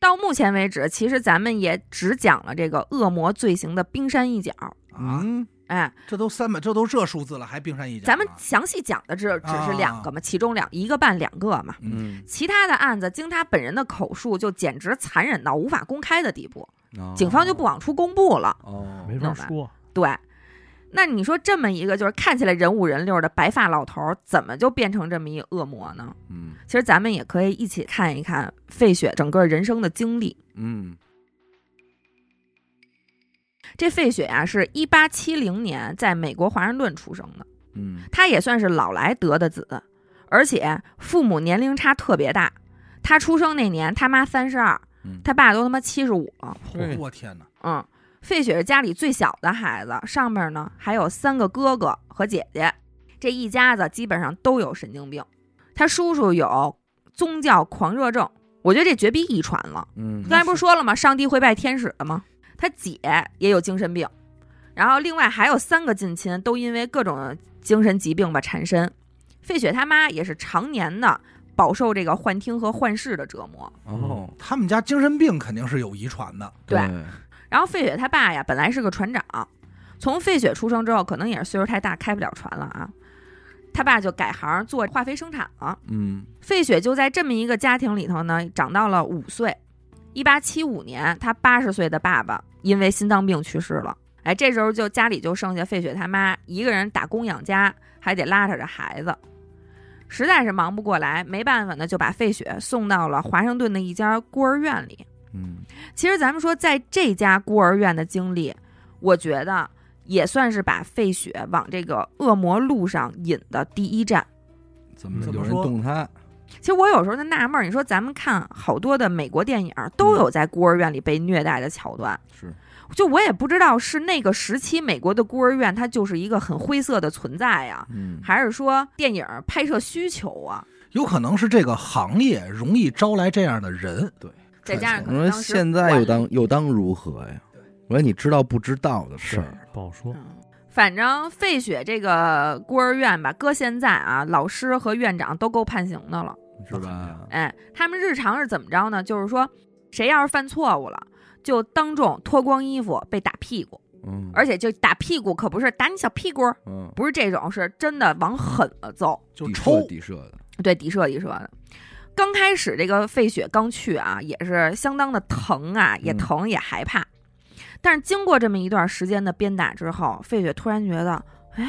到目前为止，其实咱们也只讲了这个恶魔罪行的冰山一角。
啊，
嗯，
哎，
这都三百，这都这数字了，还冰山一角啊。
咱们详细讲的只
啊
只是两个嘛，其中两一个半两个嘛。
嗯，
其他的案子，经他本人的口述，就简直残忍到无法公开的地步，
哦
警方就不往出公布了。
哦，
没法说。
对，那你说这么一个就是看起来人五人六的白发老头儿，怎么就变成这么一恶魔呢？
嗯
其实咱们也可以一起看一看费雪整个人生的经历。
嗯
这费雪啊，是一八七零年在美国华盛顿出生的，
嗯
他也算是老来得的子，而且父母年龄差特别大。他出生那年，他妈三十二，
嗯，
他爸都他妈七十五了。
对
哦我天哪，
嗯，费雪是家里最小的孩子，上面呢还有三个哥哥和姐姐，这一家子基本上都有神经病。他叔叔有宗教狂热症，我觉得这绝逼遗传了。
嗯
刚才不是说了吗？上帝会拜天使的吗？他姐也有精神病，然后另外还有三个近亲都因为各种精神疾病吧缠身。费雪他妈也是常年的饱受这个幻听和幻视的折磨。
哦，
他们家精神病肯定是有遗传的。
对然后费雪他爸呀，本来是个船长，从费雪出生之后，可能也是岁数太大，开不了船了啊。他爸就改行做化肥生产了。
嗯
费雪就在这么一个家庭里头呢，长到了五岁。一八七五年，他八十岁的爸爸因为心脏病去世了。哎，这时候就家里就剩下费雪他妈一个人打工养家，还得拉扯着孩子，实在是忙不过来，没办法呢，就把费雪送到了华盛顿的一家孤儿院里。
嗯
其实咱们说，在这家孤儿院的经历，我觉得也算是把费雪往这个恶魔路上引的第一站。
怎么
怎
有
么
人
说
动他？
其实我有时候在纳闷儿，你说咱们看好多的美国电影儿
嗯
都有在孤儿院里被虐待的桥段，
是
就我也不知道是那个时期美国的孤儿院它就是一个很灰色的存在呀、
嗯，
还是说电影儿拍摄需求啊？
有可能是这个行业容易招来这样的人。
再加上
我
可能
说
当时
现在
管
又当又当如何呀？我说你知道不知道的事儿，
不好说。
嗯反正费雪这个孤儿院吧，搁现在啊，老师和院长都够判刑的了。
是吧？
哎，他们日常是怎么着呢？就是说，谁要是犯错误了，就当众脱光衣服被打屁股，
嗯，
而且就打屁股可不是打你小屁股，
嗯，
不是这种，是真的往狠了揍，
就
底
抽
射底射的，
对，底射底射的。刚开始这个费雪刚去啊，也是相当的疼啊，也
嗯
疼也害怕。但是经过这么一段时间的鞭打之后，费雪突然觉得，哎，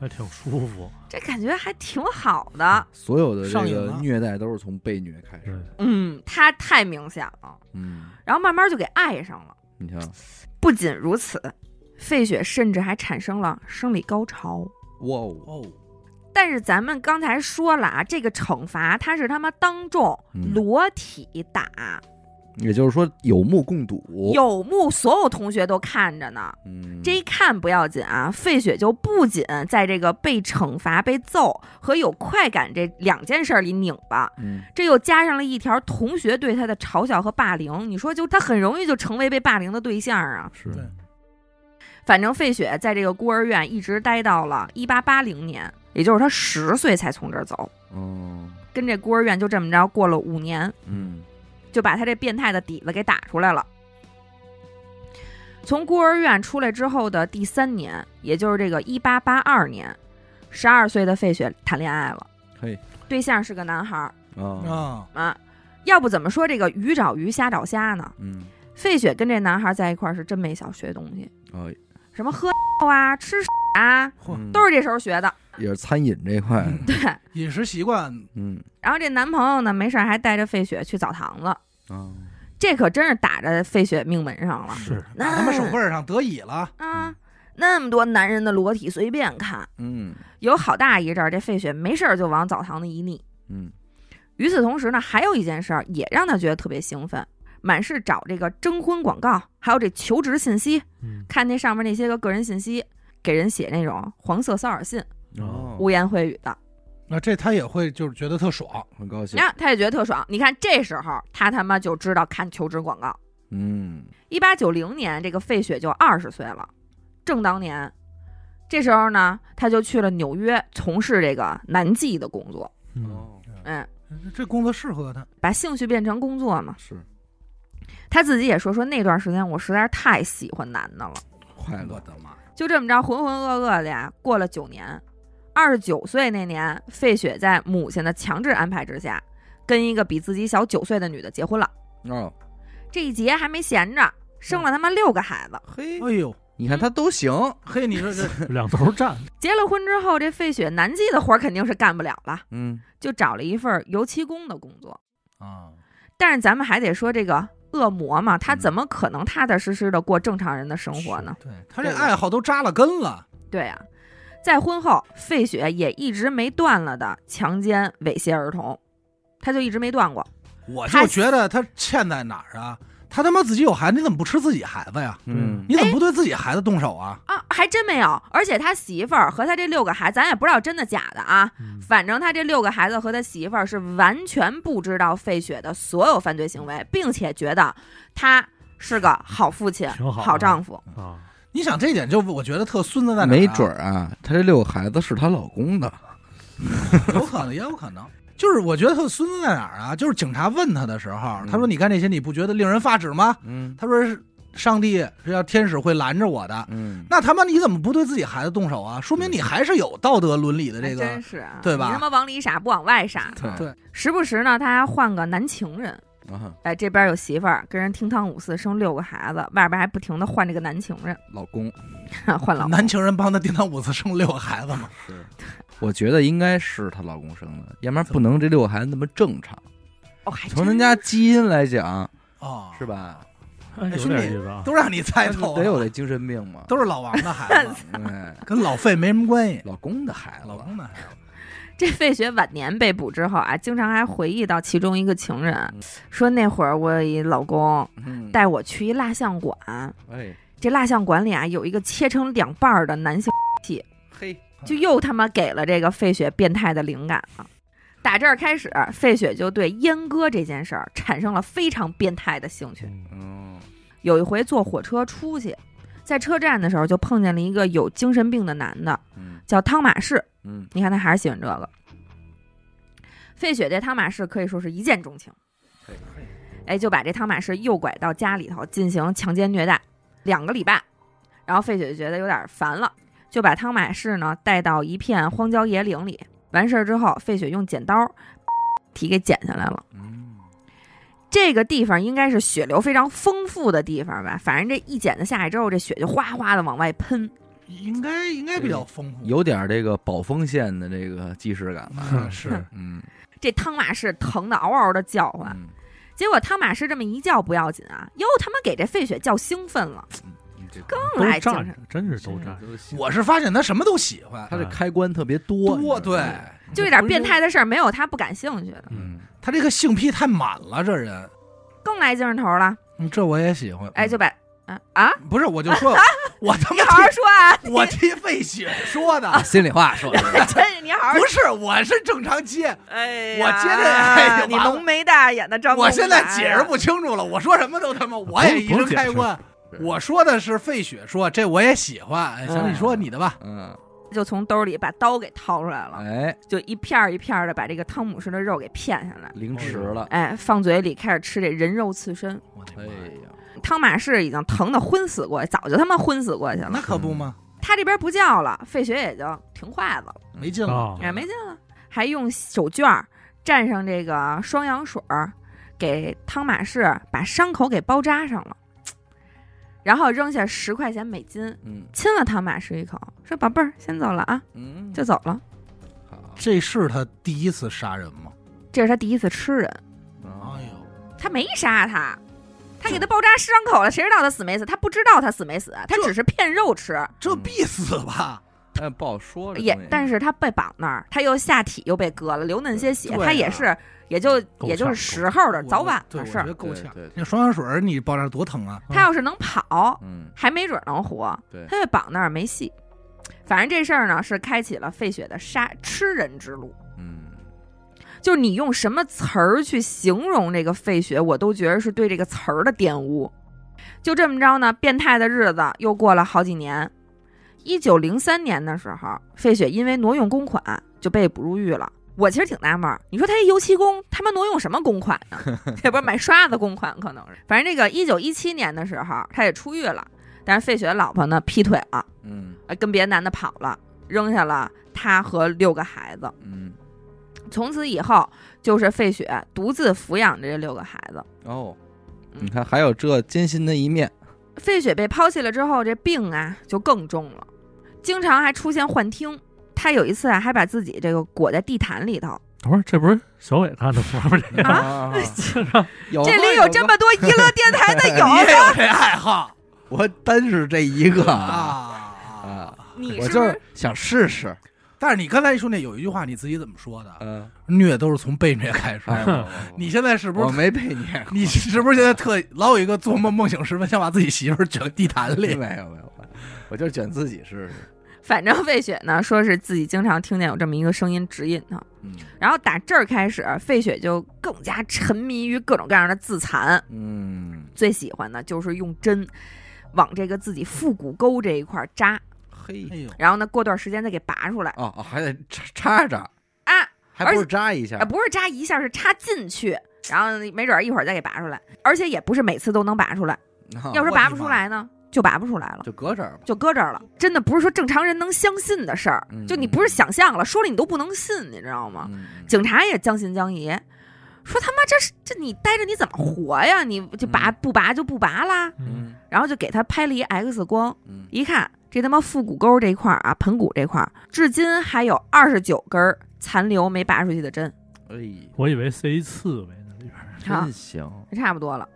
还挺舒服。
这感觉还挺好的。
所有的
上
这
瘾
个
了
虐待都是从被虐开始
对
的。，
嗯，他太明显了，
嗯，
然后慢慢就给爱上了。
你瞧，
不仅如此，费雪甚至还产生了生理高潮。
哇哦，
哦，
但是咱们刚才说了啊，这个惩罚他是他妈当众
嗯
裸体打，
也就是说有目共睹。
有目所有同学都看着呢。
哦嗯，
这一看不要紧啊，费雪就不仅在这个被惩罚、被揍和有快感这两件事儿里拧巴，
嗯，
这又加上了一条同学对他的嘲笑和霸凌。你说，就他很容易就成为被霸凌的对象啊。
是
对
反正费雪在这个孤儿院一直待到了一八八零年，也就是他十岁才从这儿走，
哦，
跟这孤儿院就这么着过了五年，
嗯，
就把他这变态的底子给打出来了。从孤儿院出来之后的第三年，也就是这个一八八二年，十二岁的费雪谈恋爱了，
嘿，
对象是个男孩儿
啊，
啊，
啊。要不怎么说这个鱼找鱼，虾找虾呢？
嗯，
费雪跟这男孩在一块儿是真没少学东西，
啊，
什么喝啊、吃啊，
嚯，
都是这时候学的。
嗯也是餐饮这块
嗯
的，
对，
饮食习惯
嗯
然后这男朋友呢，没事儿还带着费雪去澡堂子，
啊，
这可真是打着费雪命门上了。
是
那
打他妈手背上得以了，
啊，那么多男人的裸体随便看，
嗯
有好大一阵儿，这费雪没事儿就往澡堂子一腻。
嗯，
与此同时呢，还有一件事儿也让他觉得特别兴奋，满是找这个征婚广告，还有这求职信息，
嗯，
看那上面那些个个人信息，给人写那种黄色骚扰信，
哦
污言秽语的。
那这他也会就是觉得特爽。
很高兴
你，看，他也觉得特爽。你看，这时候他他妈就知道看求职广告。
嗯，
一八九零年，这个费雪就二十岁了，正当年。这时候呢，他就去了纽约从事这个男妓的工作，
嗯，
嗯，
这工作适合他，
把兴趣变成工作嘛。
是
他自己也说，说那段时间我实在是太喜欢男的了，
快乐
我，的妈呀！
就这么着浑浑噩噩的呀，过了九年。二十九岁那年，费雪在母亲的强制安排之下，跟一个比自己小九岁的女的结婚了。
哦，
这一结还没闲着，生了他妈六个孩子。
嘿，
哎呦，
你看他都行，
嘿，你说这
嗯两头站，
结了婚之后，这费雪男妓的活儿肯定是干不了了，
嗯，
就找了一份油漆工的工作。
啊，
但是咱们还得说这个恶魔嘛，他
嗯
怎么可能踏踏实实的过正常人的生活呢？
对他这爱好都扎了根了，
对啊，在婚后，费雪也一直没断了的强奸、猥亵儿童，他就一直没断过。
我
他
就觉得他欠在哪儿啊？他他妈自己有孩子，你怎么不吃自己孩子呀？
嗯，
你怎么
哎
不对自己孩子动手啊？
啊，还真没有，而且他媳妇儿和他这六个孩子，咱也不知道真的假的啊。
嗯
反正他这六个孩子和他媳妇儿是完全不知道费雪的所有犯罪行为，并且觉得他是个好父亲、
挺好啊
丈夫。
啊，
你想这点就我觉得特孙子在哪、啊，
没准儿啊，他这六个孩子是她老公的，
有可能，也有可能。就是我觉得他孙子在哪儿啊？就是警察问他的时候，他说：“
嗯
你干这些，你不觉得令人发指吗
嗯？”
他说：“是上帝是要天使会拦着我的。
嗯”，
那他妈你怎么不对自己孩子动手啊？说明你还是有道德伦理的这
还真
个。
是啊，
对吧
你他妈往里傻不往外傻，
对
时不时呢他还换个男情人。
啊，
哎，这边有媳妇儿跟人听汤五四生六个孩子，外边还不停的换这个男情人，
老公
换老公
男情人帮他叮当五次生六个孩子嘛？
是，我觉得应该是她老公生的，要不然不能这六个孩子那么正常。
哦，还
从
真
人家基因来讲，
哦，
是吧？
哎有
兄弟
点意思啊，
都让你猜
那
透
得有
了，
这精神病嘛。
都是老王的孩子，
哎，
跟老费没什么关系，
老公的孩子，
老公的孩子。
这费雪晚年被捕之后啊，经常还回忆到其中一个情人，说那会儿我有一老公
嗯，
带我去一蜡像馆，
哎，
这蜡像馆里啊有一个切成两半儿的男性，
嘿，嗯
就又他妈给了这个费雪变态的灵感了。打这儿开始，费雪就对阉割这件事儿产生了非常变态的兴趣。
嗯
嗯，
有一回坐火车出去，在车站的时候就碰见了一个有精神病的男的，
嗯
叫汤马士。
嗯，
你看他还是喜欢这个。费雪对汤马士可以说是一见钟情，
嘿
哎，就把这汤马士诱拐到家里头进行强奸虐待，两个礼拜，然后费雪就觉得有点烦了，就把汤马士呢带到一片荒郊野岭里。完事儿之后，费雪用剪刀皮给剪下来了。
嗯，
这个地方应该是血流非常丰富的地方吧，反正这一剪子下去之后，这血就哗哗的往外喷。
应该应该比较丰富，
有点这个宝丰县的这个既视感了，
啊 是
嗯，
这汤马士疼得嗷嗷的叫唤，
嗯
结果汤马士这么一叫不要紧啊，又他妈给这费雪叫兴奋了，
嗯这
更来
都
精
站
神，
着，真是
啊
都站着。
我是发现他什么都喜欢，
他这开关特别多，
多
你知道
对
吗，
嗯就这点变态的事儿没有他不感兴趣的，
嗯，
他这个性癖太满了，这人，
更来精神头了。
嗯这我也喜欢。
哎，就把啊 啊，
不是，我就说，我他
你好好
妈
说啊，
替我替费雪 说的，
心里话说的是，
真是你好好
不。是，我是正常接，
哎
我接着哎呀
你
完了
浓眉大眼的张，啊
我现在解释，不清楚了，我说什么都他妈，我也一
不
直
用解释
开关。
是
我说的是费雪说，这我也喜欢。哎行，
嗯
你说你的吧。
嗯，
就从兜里把刀给掏出来
嗯
了，
哎，
就一片儿一片儿的把这个汤姆士的肉给片下来，
凌迟了，
哎，放嘴里开始吃这人肉刺身。
我的
哎
妈呀，
呀，
汤马士已经疼得昏死过去，早就他妈昏死过去
那
了。
可不嘛，
他这边不叫了，费雪也就停筷子了。
没劲了
啊。
哎也没劲了，还用手绢儿蘸上这个双氧水儿，给汤马士把伤口给包扎上了，然后扔下十块钱美金，
嗯
亲了汤马士一口，说：“宝贝儿，先走了啊，
嗯，
就走了。
好，
这是他第一次杀人吗？”
这是他第一次吃人，
啊
哎
嗯
呦，
他没杀他，他给他包扎伤口了，谁知道他死没死？他不知道他死没死，他只是骗肉吃，
这必死吧？
哎，不好说这
也
东西
但是他被绑那儿，他又下体又被割了，流那些血，
对啊
他也是也就
呛
也就是时候的，
我
早晚
对，我
的事
觉
儿。
得够呛
对对对。
那双氧水儿你爆炸多疼啊！
他要是能跑，
嗯，
还没准能活。
对
他被绑那儿没戏。反正这事儿呢，是开启了费雪的杀吃人之路。
嗯，
就是你用什么词儿去形容这个费雪，我都觉得是对这个词儿的玷污。就这么着呢，变态的日子又过了好几年。一九零三年的时候，费雪因为挪用公款就被捕入狱了。我其实挺纳闷儿，你说他这油漆工他妈挪用什么公款呢？这不是买刷子公款，可能是。反正这个一九一七年的时候，他也出狱了，但是费雪的老婆呢劈腿了，
嗯
呃跟别的男的跑了，扔下了他和六个孩子。
嗯，
从此以后，就是费雪独自抚养着这六个孩子。
哦，
嗯
你看还有这艰辛的一面，
费雪被抛弃了之后，这病啊就更重了，经常还出现幻听。他有一次啊，还把自己这个裹在地毯里头。
等会儿这不是小伟干的活吗？这个
啊， 有
这里
有
有这么多娱乐电台的
你也
友，
有哎这爱好
我单是这一个啊
啊！
啊，
你
我
是
就
不
是
是？
想试试，
但是你刚才一说那有一句话，你自己怎么说的？
嗯，
虐都是从被虐开始。
哎我
你现在是不
我
是？
没被虐，
你是不是现在特老有一个做梦梦醒时分，想把自己媳妇儿卷地毯
没有
里？
没有没有，我就是卷自己试试，
反正费雪呢，说是自己经常听见有这么一个声音指引他。
嗯
然后打这儿开始，费雪就更加沉迷于各种各样的自残，
嗯，
最喜欢的就是用针往这个自己腹股沟这一块儿扎，
嘿
哎，呦，
然后呢，过段时间再给拔出来
哦哦，还得插插着，
啊
还不是扎一下
啊，，不是扎一下，是插进去，然后没准儿一会儿再给拔出来，而且也不是每次都能拔出来，
啊
要是拔不
我的
出
妈！
来呢，就拔不出来了。
就搁这儿吧，
就搁这儿了，真的不是说正常人能相信的事儿
嗯，
就你不是想象了，说了你都不能信，你知道吗？
嗯
警察也将信将疑，说他妈这是这你待着你怎么活呀？你就拔不拔就不拔啦，
嗯，
嗯
然后就给他拍了一 X 光，
嗯
一看这他妈腹股沟这一块儿啊，盆骨这块儿，至今还有二十九根儿残留没拔出去的针，
嗯，
我以为是一刺猬呢，里边儿
哎，
好
真行，
差不多了。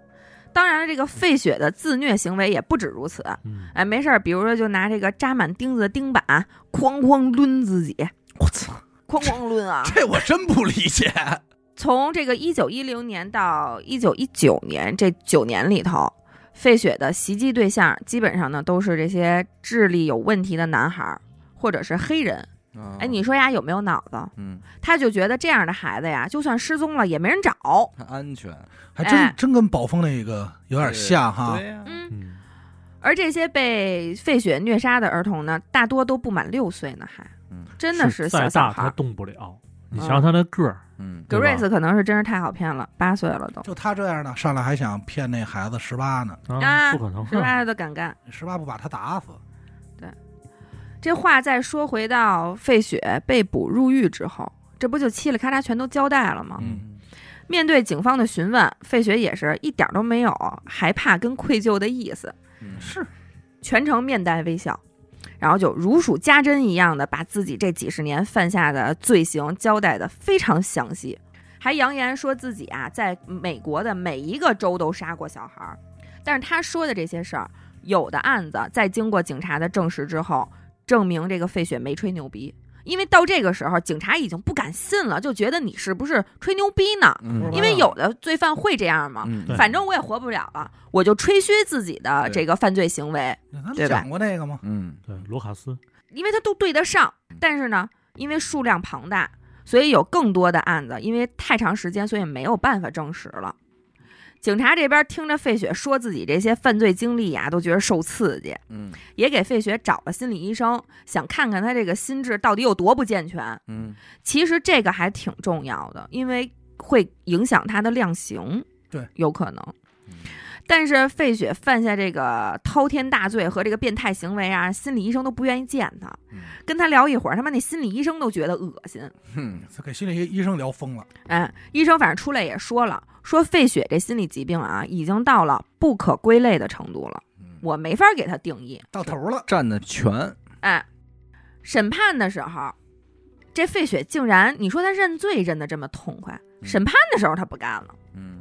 当然了，这个费雪的自虐行为也不止如此。
嗯，
哎，没事儿，比如说就拿这个扎满钉子的钉板，哐哐抡自己，
我操，
哐哐抡 啊
这我真不理解。
从这个一九一零年到一九一九年这九年里头，费雪的袭击对象基本上呢都是这些智力有问题的男孩儿或者是黑人。哎，你说呀有没有脑子？
啊嗯，
他就觉得这样的孩子呀，就算失踪了也没人找。
它安全，
还真、
哎
真跟宝丰那个
有
有点像哈
对。呀，
嗯，
嗯，
而这些被费雪虐杀的儿童呢，大多都不满六岁呢，还
嗯
真的
是
小
再
小
大
孩
他
儿。
动不了。你
嗯
想想他那个儿，
嗯，
对吧
Grace 可能是真是太好骗了，八岁 了都，
就他这样的，上来还想骗那孩子十八呢，
啊
啊，不可能。
十八岁都敢干。
十八不把他打死，
这话再说回到费雪被捕入狱之后，这不就嘁哩咔嚓全都交代了吗？
嗯
面对警方的询问，费雪也是一点都没有害怕跟愧疚的意思，
嗯
是
全程面带微笑，然后就如数家珍一样的把自己这几十年犯下的罪行交代的非常详细，还扬言说自己啊在美国的每一个州都杀过小孩儿。但是他说的这些事儿，有的案子在经过警察的证实之后，证明这个费雪没吹牛逼。因为到这个时候，警察已经不敢信了，就觉得你是不是吹牛逼呢？
嗯，
因为有的罪犯会这样嘛，
嗯
对
反正我也活不了了，我就吹嘘自己的这个犯罪行为，
那咱们
对吧
讲过那个吗？
嗯
对，卢卡斯，
因为它都对得上。但是呢，因为数量庞大，所以有更多的案子，因为太长时间，所以没有办法证实了。警察这边听着费雪说自己这些犯罪经历呀、都觉得受刺激，
嗯
也给费雪找了心理医生，想看看他这个心智到底有多不健全。
嗯
其实这个还挺重要的，因为会影响他的量刑，
对，
有可能
嗯。
但是费雪犯下这个滔天大罪和这个变态行为啊，心理医生都不愿意见他，
嗯
跟他聊一会儿，他妈那心理医生都觉得恶心。
哼，
这给心理医生聊疯了，
哎，医生反正出来也说了，说费雪这心理疾病啊，已经到了不可归类的程度了，
嗯
我没法给他定义。
到头了，
站的全，
哎，审判的时候，这费雪竟然，你说他认罪认得这么痛快，
嗯
审判的时候他不干了，
嗯，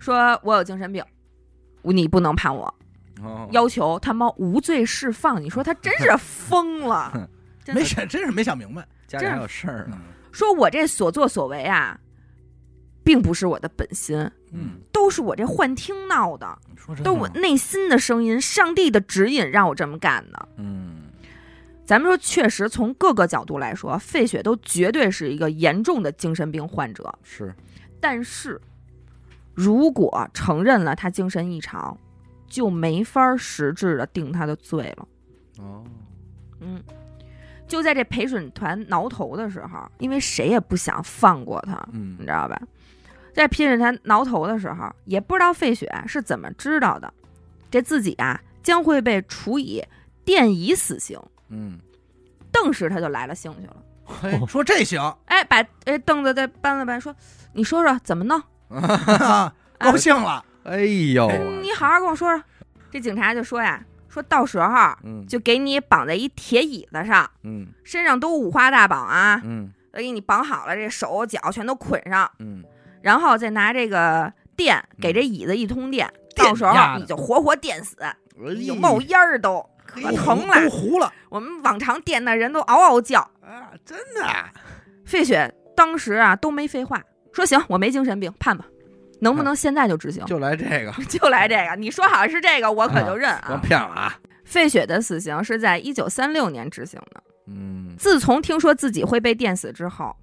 说我有精神病，你不能判我，
哦，，
要求他妈无罪释放。你说他真是疯了真的
没想真是没想明白。
家里还有事儿呢，
说我这所作所为啊，并不是我的本心，
嗯
都是我这幻听闹的，
你说这
都是我内心的声音、上帝的指引让我这么干的。
嗯
咱们说，确实从各个角度来说，费雪都绝对是一个严重的精神病患者。
是，
但是，如果承认了他精神异常，就没法儿实质的定他的罪了。
哦，
嗯，就在这陪审团挠头的时候，因为谁也不想放过他，
嗯
你知道吧？在陪审团挠头的时候，也不知道费雪是怎么知道的，这自己啊将会被处以电椅死刑。
嗯，
顿时他就来了兴趣了，
嘿，
说这行，
哎，把哎凳子再搬了搬，说你说说怎么弄？
高兴了，
哎嗯呦啊，
你好好跟我说说。这警察就说呀，说到时候啊
嗯，
就给你绑在一铁椅子上，
嗯
身上都五花大绑啊，
嗯
都给你绑好了，这手脚全都捆上，
嗯，
然后再拿这个电给这椅子一通电，
电
到时候
压的
你就活活电死，
哎
你就冒烟儿都，可
都
哎疼
都
了。
糊了
我们往常电的人都嗷嗷叫。
哎
啊！真的，
费雪当时啊都没废话，说行，我没精神病，判吧，能不能现在就执行？
就来这个，
就来这个，你说好是这个，我可就认
光
啊。
骗我啊，
费雪的死刑是在一九三六年执行的。
嗯
自从听说自己会被电死之后，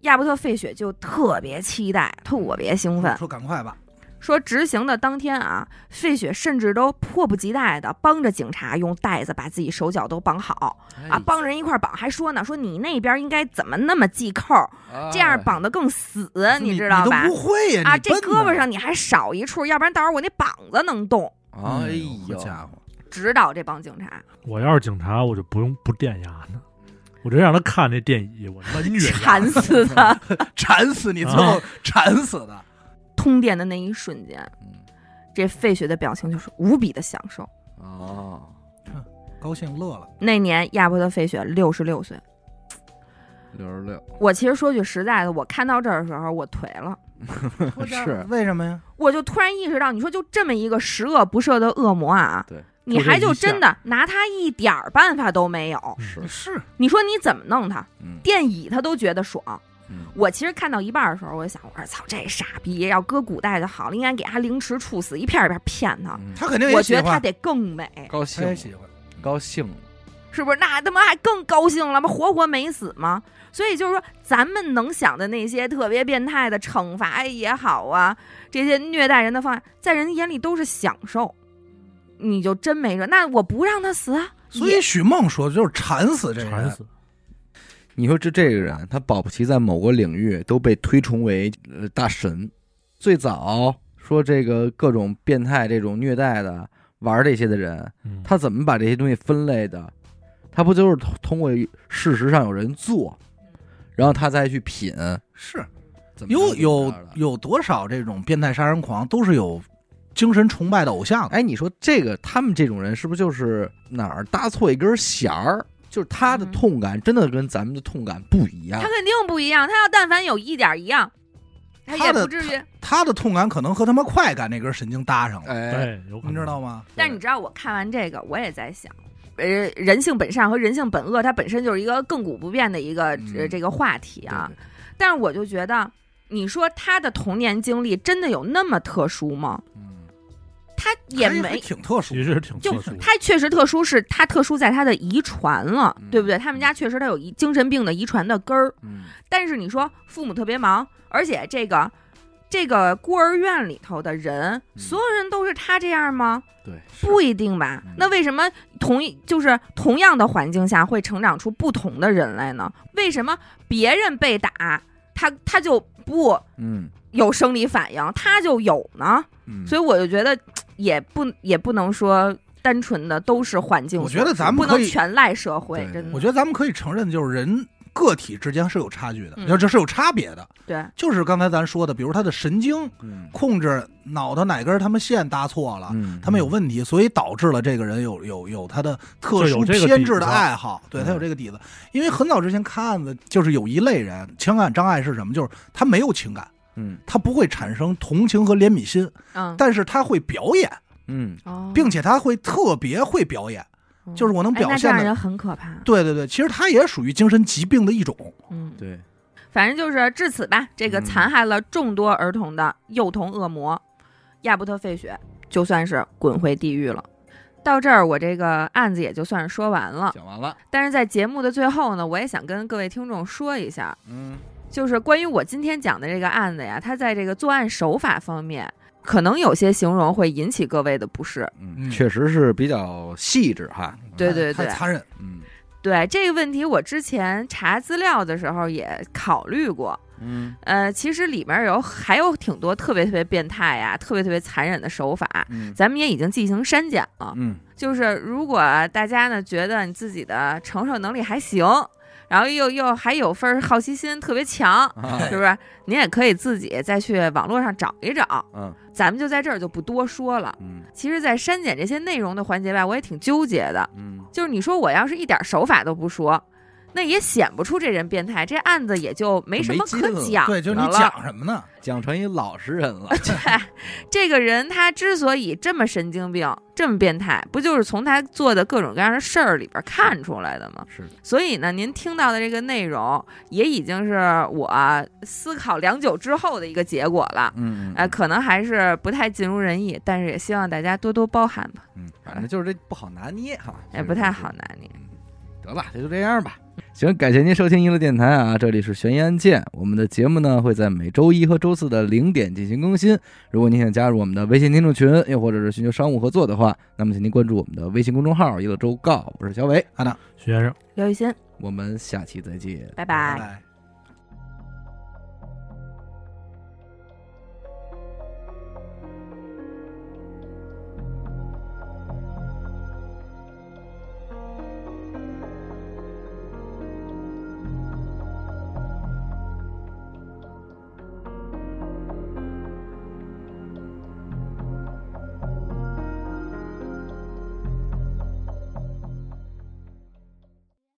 亚伯特·费雪就特别期待，特别兴奋。
说赶快吧，
说执行的当天啊，费雪甚至都迫不及待的帮着警察用带子把自己手脚都绑好
哎
哎
啊，帮人一块儿绑，还说呢，说你那边应该怎么那么系扣，
哎
这样绑得更死，
哎你
知道吧
你？都不会呀
啊，
你
这
笨
胳
呢
膊上你还少一处，要不然到时候我那膀子能动。
哎
好
呦，
家伙，
指导这帮警察
我要是警察，我就不用不电压呢，我就让他看那电椅，我他 妈虐压
缠。 死他。
馋死你，最
啊
后馋死的，
通电的那一瞬间，
嗯
这费雪的表情就是无比的享受。
哦，
高兴乐了。
那年亚伯特·费雪六十六岁。
六十六，
我其实说句实在的，我看到这儿的时候，我颓了。
是
为什么呀？
我就突然意识到，你说就这么一个十恶不赦的恶魔啊，
对，
你还就
就这一下
真的拿他一点儿办法都没有。
是
是，
你说你怎么弄他？
嗯
电椅他都觉得爽。
嗯
我其实看到一半的时候，我就想，我说操，这傻逼要搁古代就好了，应该给他凌迟处死，一片一片骗他。
嗯
他肯定也
我
喜
觉得
欢，
他得更美，
高
他也
兴
喜欢。
高兴，
是不是？那他妈还更高兴了吗？活活没死吗？所以就是说，咱们能想的那些特别变态的惩罚也好啊，这些虐待人的方案，在人眼里都是享受。你就真没辙，那我不让他死啊！
所以许梦说就是馋死这个
馋
人，
死，
你说这这个人，他保不齐在某个领域都被推崇为呃大神。最早说这个各种变态、这种虐待的、玩这些的人，
嗯，
他怎么把这些东西分类的？他不就是通通过事实上有人做，
嗯
然后他再去品？
是
怎么着怎
有
么
有
着的
有多少这种变态杀人狂都是有精神崇拜的偶像的？
哎，你说这个他们这种人是不是就是哪儿搭错一根弦儿？就是他的
嗯
痛感真的跟咱们的痛感不一样
他。肯定不一样，他要但凡有一点一样，他也
他的
不至于。
他的痛感可能和他妈快感那根神经搭上了，
哎，
对，有可
你知
能
道吗？
但是你知道，我看完这个，我也在想，呃，人性本善和人性本恶，它本身就是一个亘古不变的一个、呃
嗯
这个话题啊。
对对
但是我就觉得，你说他的童年经历真的有那么特殊吗？
嗯
他也
还还
没，
挺特殊
其，实挺特
就
殊的，
他确实特殊，是他特殊在他的遗传了，
嗯
对不对？他们家确实他有一精神病的遗传的根儿，
嗯，
但是你说父母特别忙，而且这个这个孤儿院里头的人，
嗯
所有人都是他这样吗？
对，
不一定吧
嗯？
那为什么同一就是同样的环境下会成长出不同的人来呢？为什么别人被打，他他就不
嗯
有生理反应，他就有呢？
嗯，
所以我就觉得也不也不能说单纯的都是环境所
我
致，
觉得咱们
不
可
能
以
全赖社会
对，
真的。
我觉得咱们可以承认，就是人个体之间是有差距的，
嗯
要这是有差别的。
对，
就是刚才咱说的，比如他的神经
嗯
控制脑袋哪根他们线搭错了，
嗯，
他们有问题，所以导致了这个人有有有他的特
就有
殊
这个
偏
底
执
子
的
啊
爱好，对他有
嗯
这个底子。因为很早之前看案子，就是有一类人情感障碍是什么？就是他没有情感，
嗯
他不会产生同情和怜悯心，
嗯，
但是他会表演，
嗯
哦
并且他会特别会表演。
嗯
就是我能
哎
表
那这
现
样
得
人很可怕。
对对对，其实他也属于精神疾病的一种。
嗯，
对，
反正就是至此吧，这个
嗯
残害了众多儿童的幼童恶魔亚伯特·费雪，就算是滚回地狱了。到这儿，我这个案子也就算是说完了。
讲完了，
但是在节目的最后呢，我也想跟各位听众说一下，
嗯
就是关于我今天讲的这个案子呀，它在这个作案手法方面，可能有些形容会引起各位的不适。
嗯，确实是比较细致哈，
对对
太
对
太残忍。
嗯
对这个问题，我之前查资料的时候也考虑过，
嗯
呃，其实里面有还有挺多特别特别变态呀、特别特别残忍的手法，
嗯
咱们也已经进行删减了。
嗯
就是如果大家呢觉得你自己的承受能力还行，然后又又还有份儿好奇心特别强，
啊
是不是？您也可以自己再去网络上找一找。
嗯
咱们就在这儿就不多说了。
嗯
其实，在删减这些内容的环节吧，我也挺纠结的。
嗯，
就是你说我要是一点手法都不说，那也显不出这人变态，这案子也就没什么
没劲
可
了
讲
对，就是
的
你
了
讲什么呢？
讲成一老实人 了，
这个人他之所以这么神经病、这么变态，不就是从他做的各种各样的事儿里边看出来的吗？
是，
所以呢，您听到的这个内容也已经是我思考良久之后的一个结果了。
嗯
呃，可能还是不太尽如人意，但是也希望大家多多包涵吧，
嗯，反正就是这不好拿捏哈，
也不太好拿捏。
得了，这就这样吧。行，感谢您收听娱乐电台啊，这里是悬疑案件。我们的节目呢会在每周一和周四的零点进行更新。如果您想加入我们的微信听众群，又或者是寻求商务合作的话，那么请您关注我们的微信公众号“娱乐周告”。我是小伟，
好的，
徐先生。
刘雨欣，
我们下期再见。
拜
拜拜。